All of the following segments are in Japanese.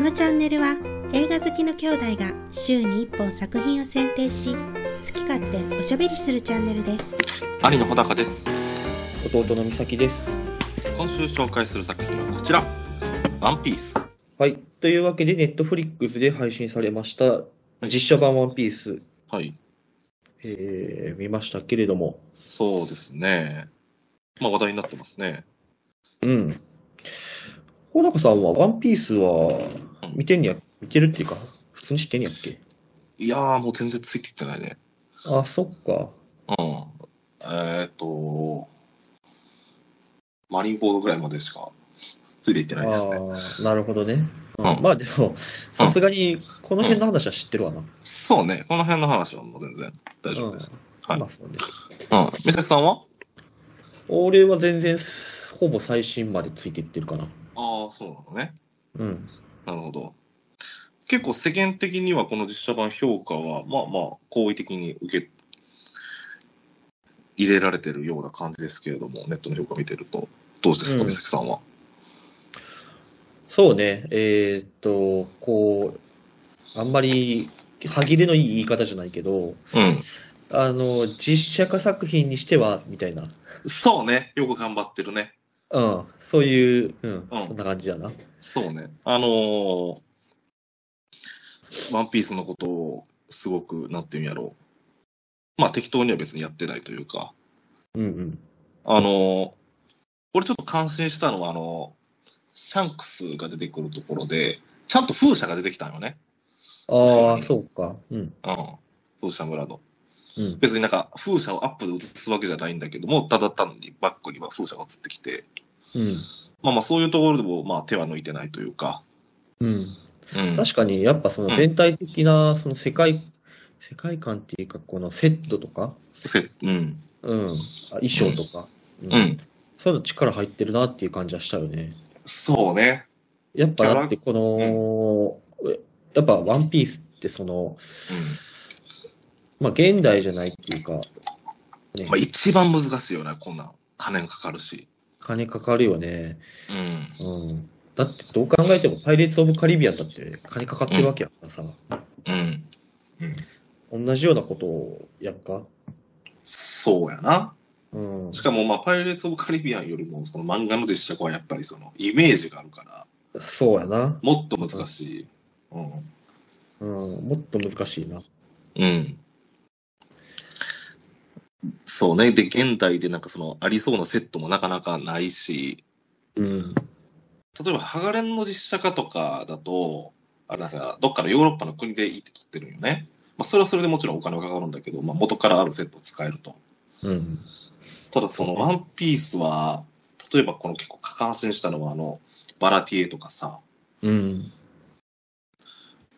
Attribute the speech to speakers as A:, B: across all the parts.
A: のチャンネルは映画好きの兄弟が週に1本作品を選定し、好き勝手おしゃべりするチャンネルです。
B: 兄の穂高です
C: 弟の美咲です。
B: 今週紹介する作品はこちらワンピース
C: はい。というわけで、ネットフリックスで配信されました、
B: い
C: 実写版ワンピース、
B: はい
C: えー、見ましたけれども、
B: そうですねまあ話題になってますね
C: うん。小中さんは、ワンピースは、見てんや、見てるっていうか、普通に知ってんやっけ
B: いやーもう全然ついていってないね
C: あ、そっか。
B: うんえーっとマリンフォードぐらいまでしかついていってないですね
C: ああ、なるほどね。うん
B: うん
C: まあでも、さすがに、この辺の話は知ってるわな。
B: そうねこの辺の話はもう全然大丈夫です、
C: う
B: は
C: ん
B: い
C: まあそうね。
B: うん、美咲さんは
C: 俺は全然、ほぼ最新までついていってるかな。
B: ああそうなのね
C: うん。
B: なるほど結構世間的にはこの実写版評価はまあまあ好意的に受け入れられてるような感じですけれどもネットの評価見てるとどうですか、
C: うん
B: 美咲さんは
C: そうね、えーっと、こう、あんまり歯切れのいい言い方じゃないけど、
B: う
C: あの、実写化作品にしては、みたいな、
B: んそうねよく頑張ってるね
C: うん、そういう、うん
B: うん、
C: そんな感じだな。
B: そうねあのーワンピースのことをすごくなんていうんやろうまあ適当には別にやってないというか
C: うんうん。
B: あの、俺ちょっと感心したのは、あの、シャンクスが出てくるところで、ちゃんと風車が出てきたのよね。
C: ああ、そうか。うん、
B: うん。風車村の。
C: うん、
B: 別になんか、風車をアップで映すわけじゃないんだけども、ただ単にバックには風車が映ってきて、
C: うん、
B: まあまあそういうところでも、まあ手は抜いてないというか。
C: うん。
B: うん。
C: 確かに、やっぱその全体的な、その世界、世界観っていうか、このセットとか、
B: せうん。
C: うん、あ衣装とか、うん
B: うん。
C: そういうの力入ってるなっていう感じはしたよね。
B: そうね。
C: やっぱだってこの、えやっぱワンピースってその、まあ現代じゃないっていうか、
B: う
C: ね
B: ん。まあ、一番難しいよね、こんなん。金かかるし。
C: 金かかるよね。
B: うん。
C: うん。だってどう考えてもパイレーツ・オブ・カリビアンだって金かかってるわけやからさ、
B: うん。うん。
C: 同じようなことをやるか。
B: そうやな。
C: うん。
B: しかも、まあ、パイレーツ・オブ・カリビアンよりも、その漫画の実写化はやっぱりそのイメージがあるから、
C: そうやな。
B: もっと難しい。うん。
C: うん。もっと難しいな。
B: うん。そうね。で、現代でなんかその、ありそうなセットもなかなかないし、
C: うん。
B: 例えば、ハガレンの実写化とかだと、あれなんか、どっかのヨーロッパの国でいいって撮ってるんよね。まあ、それはそれでもちろんお金はかかるんだけど、まあ、元からあるセットを使えると。
C: うん。
B: ただそのワンピースは、例えばこの結構感心したのはあの、バラティエとかさ、
C: うん。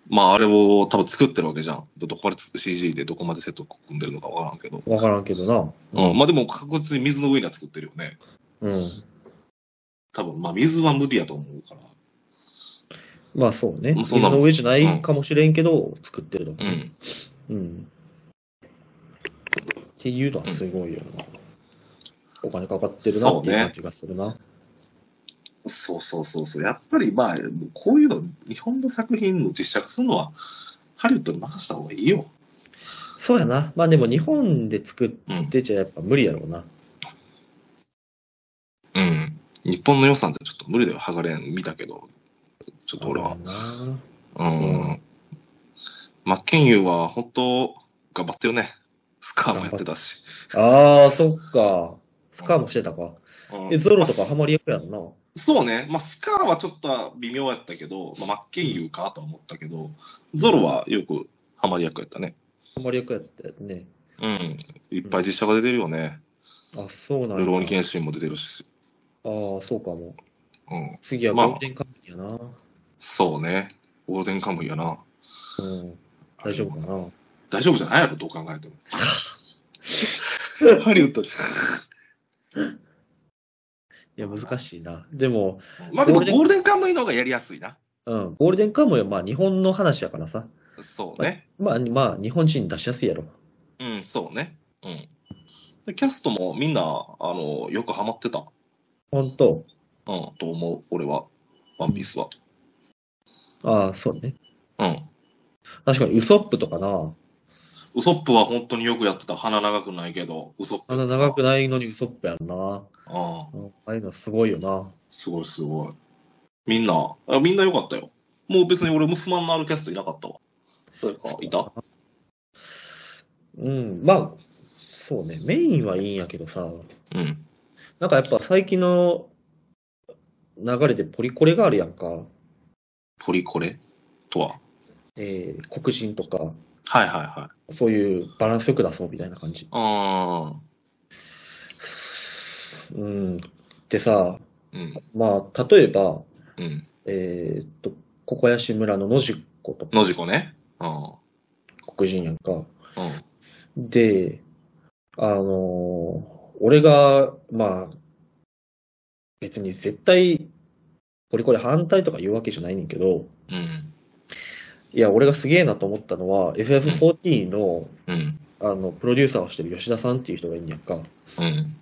B: まああれを多分作ってるわけじゃん。でどこまで CG でどこまでセット組んでるのかわからんけど。
C: わからんけどな。
B: うん。まあでも確実に水の上には作ってるよね。
C: うん。
B: 多分、まあ水は無理やと思うから。
C: まあそうね。
B: そんな
C: 水の上じゃないかもしれんけど、作ってるの。
B: うん。
C: うん。っていうのはすごいよな。お金かかってるなっていう感じがするな。
B: そうそうそうそう。やっぱりまあ、こういうの、日本の作品の実写化するのは、ハリウッドに任せた方がいいよ。
C: そうやな。まあでも日本で作っ
B: うん。
C: てちゃやっぱ無理やろうな。
B: うん。日本の予算じゃちょっと無理だよ。ハガレン見たけど。ちょっと俺は。
C: な。
B: うん。マッケンユーは本当、頑張ってるね。スカーもやってたし。
C: ああ、そっか。スカーもしてたか。
B: うん
C: え、ゾロと
B: ま
C: か
B: あ
C: ハマり役やろ
B: そうね。まあ、スカーはちょっと微妙やったけど、まあ、マッケンユーかとは思ったけど、ゾロはよくハマり役やったね。
C: な。ハマり役やったよね。
B: うん。いっぱい実写が出てるよね。
C: あ、そうなん
B: ル
C: や。
B: ローニケンシンも出てるし。
C: ああ、そうかも。
B: うん。
C: 次はゴールデンカムイやな。
B: そうね。ゴールデンカムイやな。
C: うん。大丈夫かな。
B: 大丈夫じゃないやろ、どう考えても。 ハリウッドで。
C: いや、難しいな。でも、
B: まあ、でもゴールデンカムイの方がやりやすいな。
C: うん、ゴールデンカムイはまあ日本の話やからさ。
B: そうね。
C: まあ、まあ、日本人出しやすいやろ。
B: うん、そうね。うん。で、キャストもみんな、あの、よくハマってた。
C: 本当
B: うん、と思う、俺は。ワンピースは。
C: ああ、そうね。
B: うん。
C: 確かに、ウソップとかな。
B: ウソップは本当によくやってた。鼻長くないけど、ウソップ。
C: 鼻長くないのにウソップやんな。
B: ああ、
C: うんああいうのすごいよな。
B: すごいすごい。みんな、あみんなよかったよ。もう別に俺、ムスマンのあるキャストいなかったわ。そうか、いた
C: うん、まあ、そうね。メインはいいんやけどさ、
B: うん。
C: なんかやっぱ最近の流れでポリコレがあるやんか。
B: ポリコレとは。
C: えー、黒人とか、
B: はいはいはい。
C: そういうバランスよく出そうみたいな感じ。
B: あ
C: うん。でさ、
B: ーうん。
C: まあ、例えば、
B: うん。
C: えーっと、小林村の野宿子とか
B: のじこね。うん。
C: 黒人やんか。
B: うん。
C: で、あのー俺が、まあ、別に絶対、これこれ反対とか言うわけじゃないねんけど、
B: うん。
C: いや、俺がすげえなと思ったのは、FF14 の、
B: うん。
C: あの、プロデューサーをしてる吉田さんっていう人がいんねやんか。
B: うん。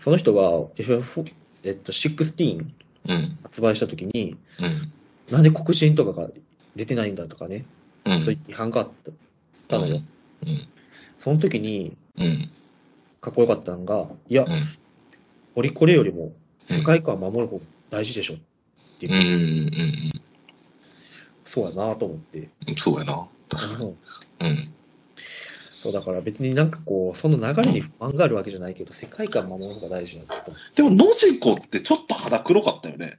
C: その人が FF、えっと、16
B: うん。
C: 発売した時に、
B: うん。
C: なんで黒人とかが出てないんだとかね、
B: うん。
C: そういう批判があったのよ。
B: うん。
C: その時に、
B: うん。
C: かっこよかったのが、いや
B: う、ん。
C: オリコレよりも
B: うん
C: 世界観を守る方が大事でしょ。
B: うんうん
C: そうやなと思って。
B: うん。そうやな。確かに。
C: うん
B: うん。
C: そうだから別になんかこう、その流れに不満があるわけじゃないけど、世界観守る方が大事だと。
B: でも、のじこってちょっと肌黒かったよね。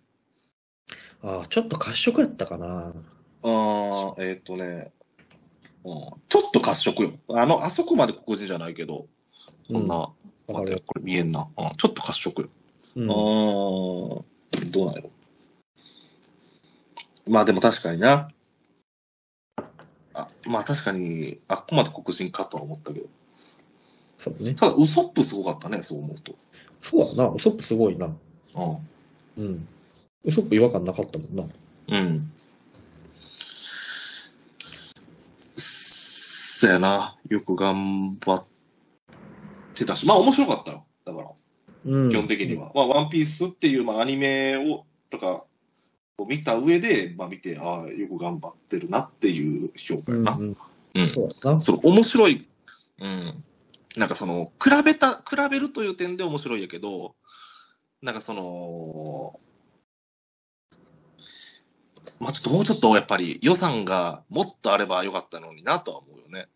C: ああ、ちょっと褐色やったかな。
B: ああ、えーっ、とね、うん、ちょっと褐色よ。あの、あそこまで黒人じゃないけど、こんな、
C: わか
B: 待って
C: るよ。
B: これ見えんな。うん、ちょっと褐色よ。
C: うん
B: ああー、どうなんやろ。まあでも確かにな。あまあ確かに、あっこまで黒人かとは思ったけど。
C: そうね。
B: ただ、ウソップすごかったね、そう思うと。
C: そうやな。ウソップすごいな。
B: う
C: うん。ウソップ違和感なかったもんな。
B: ん。うん。そやな。よく頑張ってたし、まあ面白かったよ。だから。
C: うん。
B: 基本的に。は。まあ、ワンピースっていう、まあ、アニメを、とか、を見た上で、まあ、見て、ああ、よく頑張ってるなっていう評価
C: う
B: や
C: ん、
B: な。
C: うん。
B: うん。
C: そうやな。
B: その、面白い、うん。なんかその、比べた、比べるという点で面白いやけど、なんかその、まあ、ちょっともうちょっとやっぱり予算がもっとあればよかったのになとは思うよね。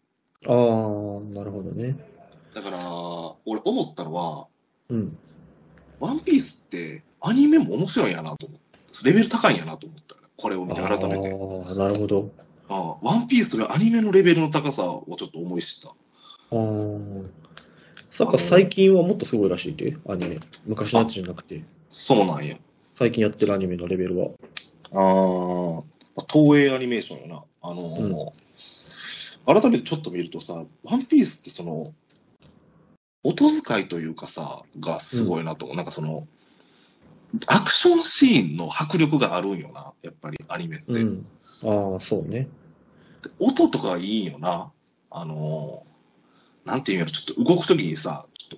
C: ああ、なるほどね。
B: だから、俺思ったのは、
C: うん。
B: ワンピースってアニメも面白いんやなと思って、レベル高いんやなと思った。これを見て改めて。
C: ああ、なるほど。
B: ああワンピースというアニメのレベルの高さをちょっと思い知った。
C: ああ。そっか、最近はもっとすごいらしいで、アニメ。昔のやつじゃなくて、
B: そうなんや。
C: 最近やってるアニメのレベルは。
B: ああ、東映アニメーションよな。あのー改めてちょっと見るとさ、ワンピースってその、音遣いというかさ、がすごいなと思う。なんかその、アクションシーンの迫力があるんよな。やっぱりアニメって。
C: うん。ああ、そうね。
B: 音とかいいんよな。あのーなんていうんやろ、ちょっと動くときにさ、ちょっと、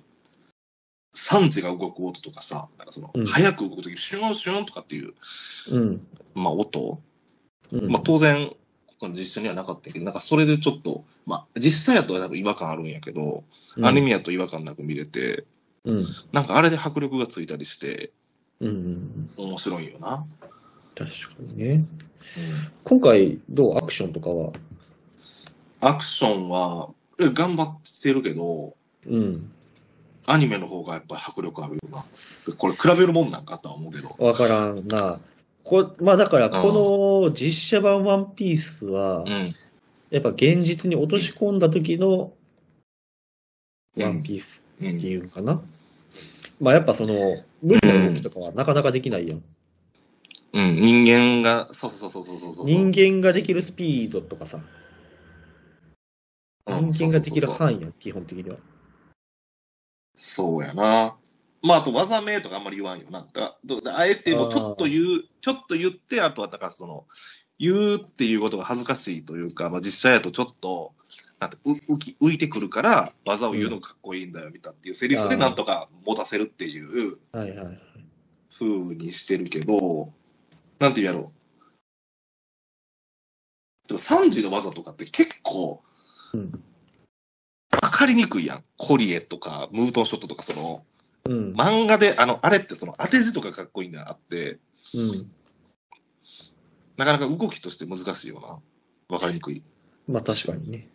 B: 産地が動く音とかさ、なんかその、
C: うん
B: 早く動くとき、シュンシュンとかっていう、
C: うん。
B: まあ音、
C: うん。
B: まあ当然、この実写にはなかったけど、なんかそれでちょっと、まあ実際やとなんか違和感あるんやけど、アニメやと違和感なく見れて、
C: うん。うん。
B: なんかあれで迫力がついたりして、
C: うんうん。
B: 面白いよな。
C: 確かにね。今回、どうアクションとかは。
B: アクションは、え頑張ってるけど、
C: うん。
B: アニメの方がやっぱり迫力あるよな。これ比べるもんなんかとは思うけど。
C: わからんな。こまあだから、この実写版ワンピースは
B: う、ん。
C: やっぱ現実に落とし込んだ時の
B: うん
C: ワンピース
B: う
C: って
B: ん。
C: いうのかな。まあやっぱその、無理な動きとかはなかなかできないやん。
B: うん。人間が、そうそうそうそうそうそう。
C: 人間ができるスピードとかさ、
B: うん
C: 人間ができる
B: そうそうそうそう
C: 範囲やん、基本的には。
B: そうやな。まあ、あと、技名とかあんまり言わんよな。だからどだあえて、もうちょっと言う、ちょっと言って、あとは、だからその、言うっていうことが恥ずかしいというか、まあ、実際やとちょっと、なんてう浮き浮いてくるから、技を言うのがかっこいいんだよ、みたいなっていうセリフで
C: あー
B: なんとか持たせるっていう。
C: はいはいはい。
B: 風にしてるけど、なんて言うやろでも3時の技とかって結構、
C: うん。
B: わかりにくいやん。コリエとか、ムートンショットとか、その、
C: うん。
B: 漫画で、あの、あれってその当て字とかかっこいいんだなって、
C: うん。
B: なかなか動きとして難しいよな。わかりにくい。
C: まあ確かにね。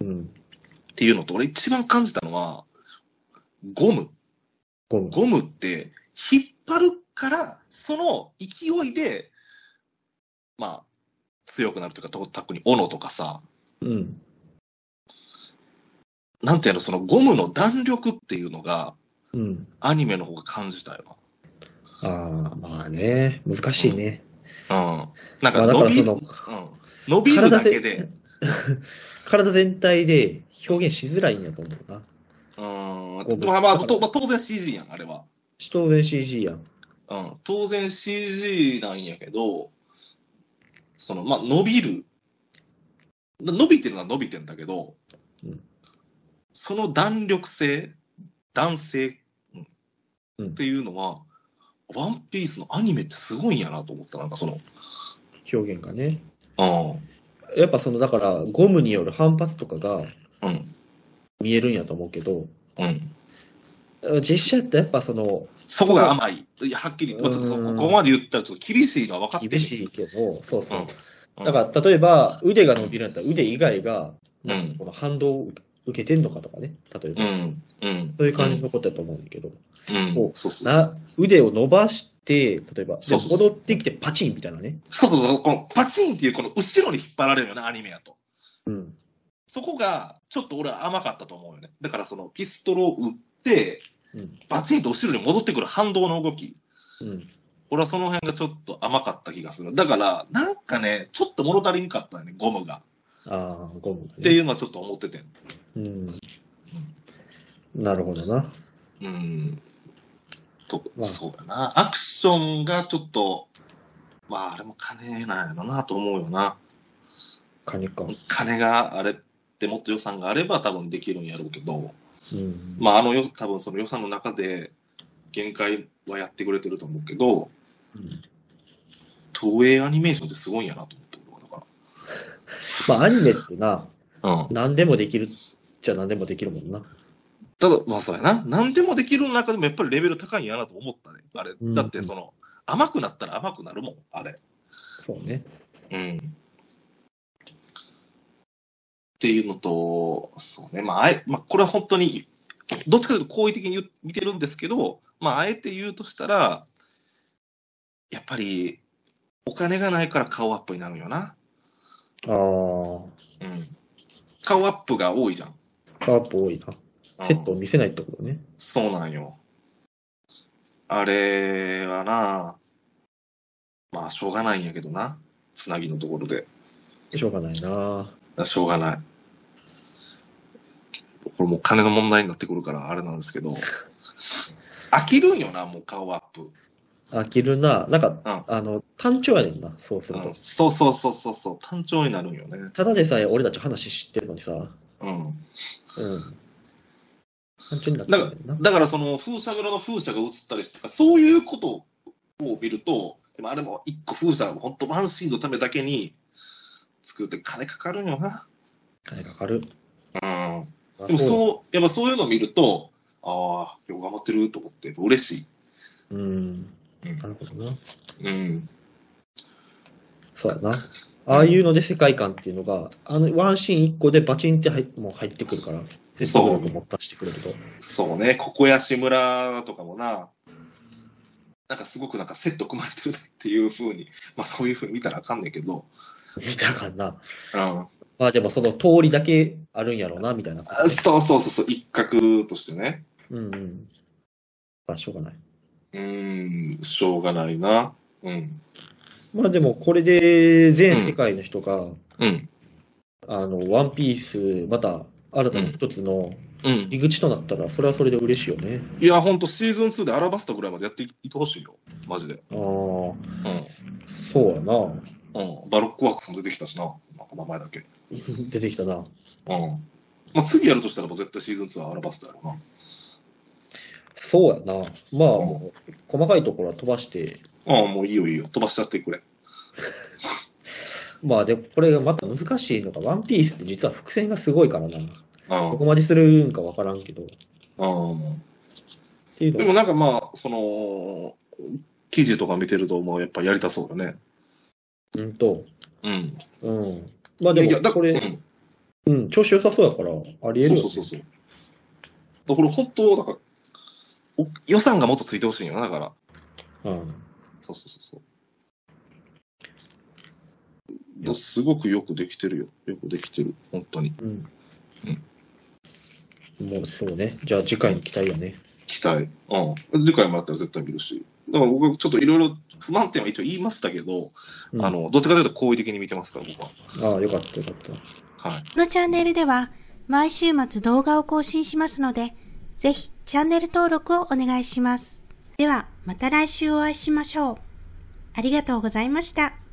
C: うん。
B: っていうのと、俺一番感じたのは、ゴム。
C: ゴム。
B: ゴムって、引っ張るから、その勢いで、まあ、強くなるというか、と特に斧とかさ、
C: うん。
B: なんていうの、そのゴムの弾力っていうのが、
C: うん。
B: アニメの方が感じたよ
C: ああ、まあね。難しいね。
B: な。うん。なん
C: ま
B: か
C: あだ
B: 伸
C: から
B: び,、
C: そ
B: うん
C: の、、
B: 伸びるだけ で、
C: 体全体で表現しづらいんやと思うな。
B: うん。まあまあ、とまあ、当然 CG やん、あれは。
C: 当然 CG やん。
B: うん、当然 CG なんやけど、そのまあ、伸びる、な伸びてるのは伸びてんだけど、
C: うん
B: その弾力性、弾性、うん
C: うん
B: っていうのは、ワンピースのアニメってすごいんやなと思った、なんかその、
C: 表現がね。
B: う
C: やっぱその、だから、ゴムによる反発とかが
B: ん、うん、
C: 見えるんやと思うけど、
B: うん、
C: 実写ってやっぱその、
B: そこが甘い、いやはっきり、まあちょっとそ
C: うん
B: ここまで言ったら、ちょっと厳しいのは分かって
C: 厳しいけど、そうそう。
B: うん
C: だから、例えば、腕が伸びるんだったら、腕以外が、
B: う
C: なん
B: ん
C: かこの反動を受けてんのかとかね、例えば。
B: うん、うん、
C: そういう感じのことだと思うんだけど、
B: うん、うん
C: こ
B: そうそうそう
C: な腕を伸ばして、例えば、で
B: そうそうそう
C: 戻ってきてパチンみたいなね。
B: そうそうそう、このパチンっていう、この後ろに引っ張られるよね、アニメやと。
C: うん。
B: そこがちょっと俺は甘かったと思うよね。だからそのピストルを打って、
C: うん。
B: バチンと後ろに戻ってくる反動の動き。
C: うん。
B: 俺はその辺がちょっと甘かった気がする。だから、なんかね、ちょっと物足りんかったよね、ゴムが。
C: ああ、ゴムがね。
B: っていうのはちょっと思っててん。
C: うん。なるほどな。
B: うん。と、
C: まあ
B: そうだな。アクションがちょっと、まああれも金なんやろなと思うよな。
C: カニか。
B: 金があれってもっと予算があれば多分できるんやろうけど。
C: うん。
B: まあ、あのよ、多分その予算の中で、限界はやってくれてると思うけど、
C: うん
B: 東映アニメーションってすごいんやなと思って、俺は
C: まあ、アニメってな、
B: だから。うん。
C: 何でもできるじゃ何でもできるもんな。
B: ただ、まあ、そうやな。何でもできる中でもやっぱりレベル高いんやなと思ったね。あれ。
C: うん
B: だって、その、甘くなったら甘くなるもん、あれ。
C: そうね。
B: うん。っていうのと、そうね。まあ、あえ、まあ、これは本当に、どっちかというと好意的に言う見てるんですけど、まあ、あえて言うとしたら、やっぱり、お金がないから顔アップになるんよな。
C: ああ、
B: うん。顔アップが多いじゃん。
C: カープ多いな。セット
B: う
C: を
B: ん
C: 見せないってことね。
B: そうなんよ。あれはな、まあ、しょうがないんやけどな。つなぎのところで。
C: しょうがないな。
B: しょうがない。これもう金の問題になってくるからあれなんですけど、 飽きるんよな、もう顔アップ。
C: 飽きるな。なんか、
B: う
C: あの、単調やねんな、そうする
B: う
C: と
B: ん、。そうそうそうそうそう、単調になるんよね。
C: ただでさえ俺たち話知ってるのにさ、
B: うん。
C: うん。単調になっちゃ
B: だ
C: う
B: か
C: ねん
B: ら
C: な、。
B: だからその風車村の風車が映ったりとか、そういうことを見ると、でもあれも一個風車、本当ワンシーンのためだけに作るって金かかるんよな。
C: 金かかる。
B: うん。
C: あ
B: でもそう、やっぱそういうのを見ると、ああ、よく頑張ってると思って、嬉しい。
C: う。うん。
B: うん
C: なるほどな。
B: うん。
C: そうやな。ああいうので世界観っていうのが、あの、ワンシーン一個でバチンって入っもう入ってくるから、説得力も出してくれると。
B: そうね、ここやし村とかもな、なんかすごくなんかセット組まれてるっていう風に、 まあそういう風に見たらあかんねんけど、
C: 見たかな。
B: うん、あ
C: まあでもその通りだけあるんやろうな、みたいな。
B: そうそうそうそう、一角としてね、
C: うんうん。まあしょうがない。
B: うーん、しょうがないな。うん、
C: まあでもこれで全世界の人が、
B: うん、
C: あの、ワンピース、また新たに一つの
B: うん。
C: 入り口となったら、それはそれで嬉しいよね。
B: いや、ほんとシーズン2でアラバスタぐらいまでやっていってほしいよ、マジで。
C: ああ、そううやな。
B: ん、うん、バロックワークスも出てきたしな、なんか名前だけ。
C: 出てきたな。
B: うん。まあ次やるとしたらもう絶対シーズン2はアラバスタやろう
C: そうやな。まあ、
B: うん
C: もう細かいところは飛ばして、
B: な。うん、もういいよいいよ、飛ばしちゃってくれ。
C: まあで、これがまた難しいのが、ワンピースって実は伏線がすごいからな。
B: あ
C: どこまでするんかわからんけど。っ
B: あ
C: ていう
B: で
C: の
B: も
C: は、
B: なんかまあ、その、記事とか見てると、もうやっぱやりたそうだね。
C: うんと、
B: うん。
C: うん。まあで
B: いや
C: も、
B: だ
C: こ
B: う
C: れ、
B: ん
C: うん、調子良さそうやから、ありえ
B: そ
C: る
B: うそ
C: よ
B: うそうそう。だから本当、だから、お予算がもっとついてほしいんよな、だから。
C: うん。
B: そうそうそうそう。いやすごくよくできてるよ。よくできてる。本当に。
C: うん。もうそうね。じゃあ次回に期待やね。
B: 期待。うん。次回もらったら絶対見るし。だから僕はちょっといろいろ不満点は一応言いましたけど、
C: うん
B: あ、の、どっちかというと好意的に見てますから、僕は。
C: ああ、よかったよかった。
B: はい。
A: このチャンネルでは毎週末動画を更新しますので、ぜひチャンネル登録をお願いします。ではまた来週お会いしましょう。ありがとうございました。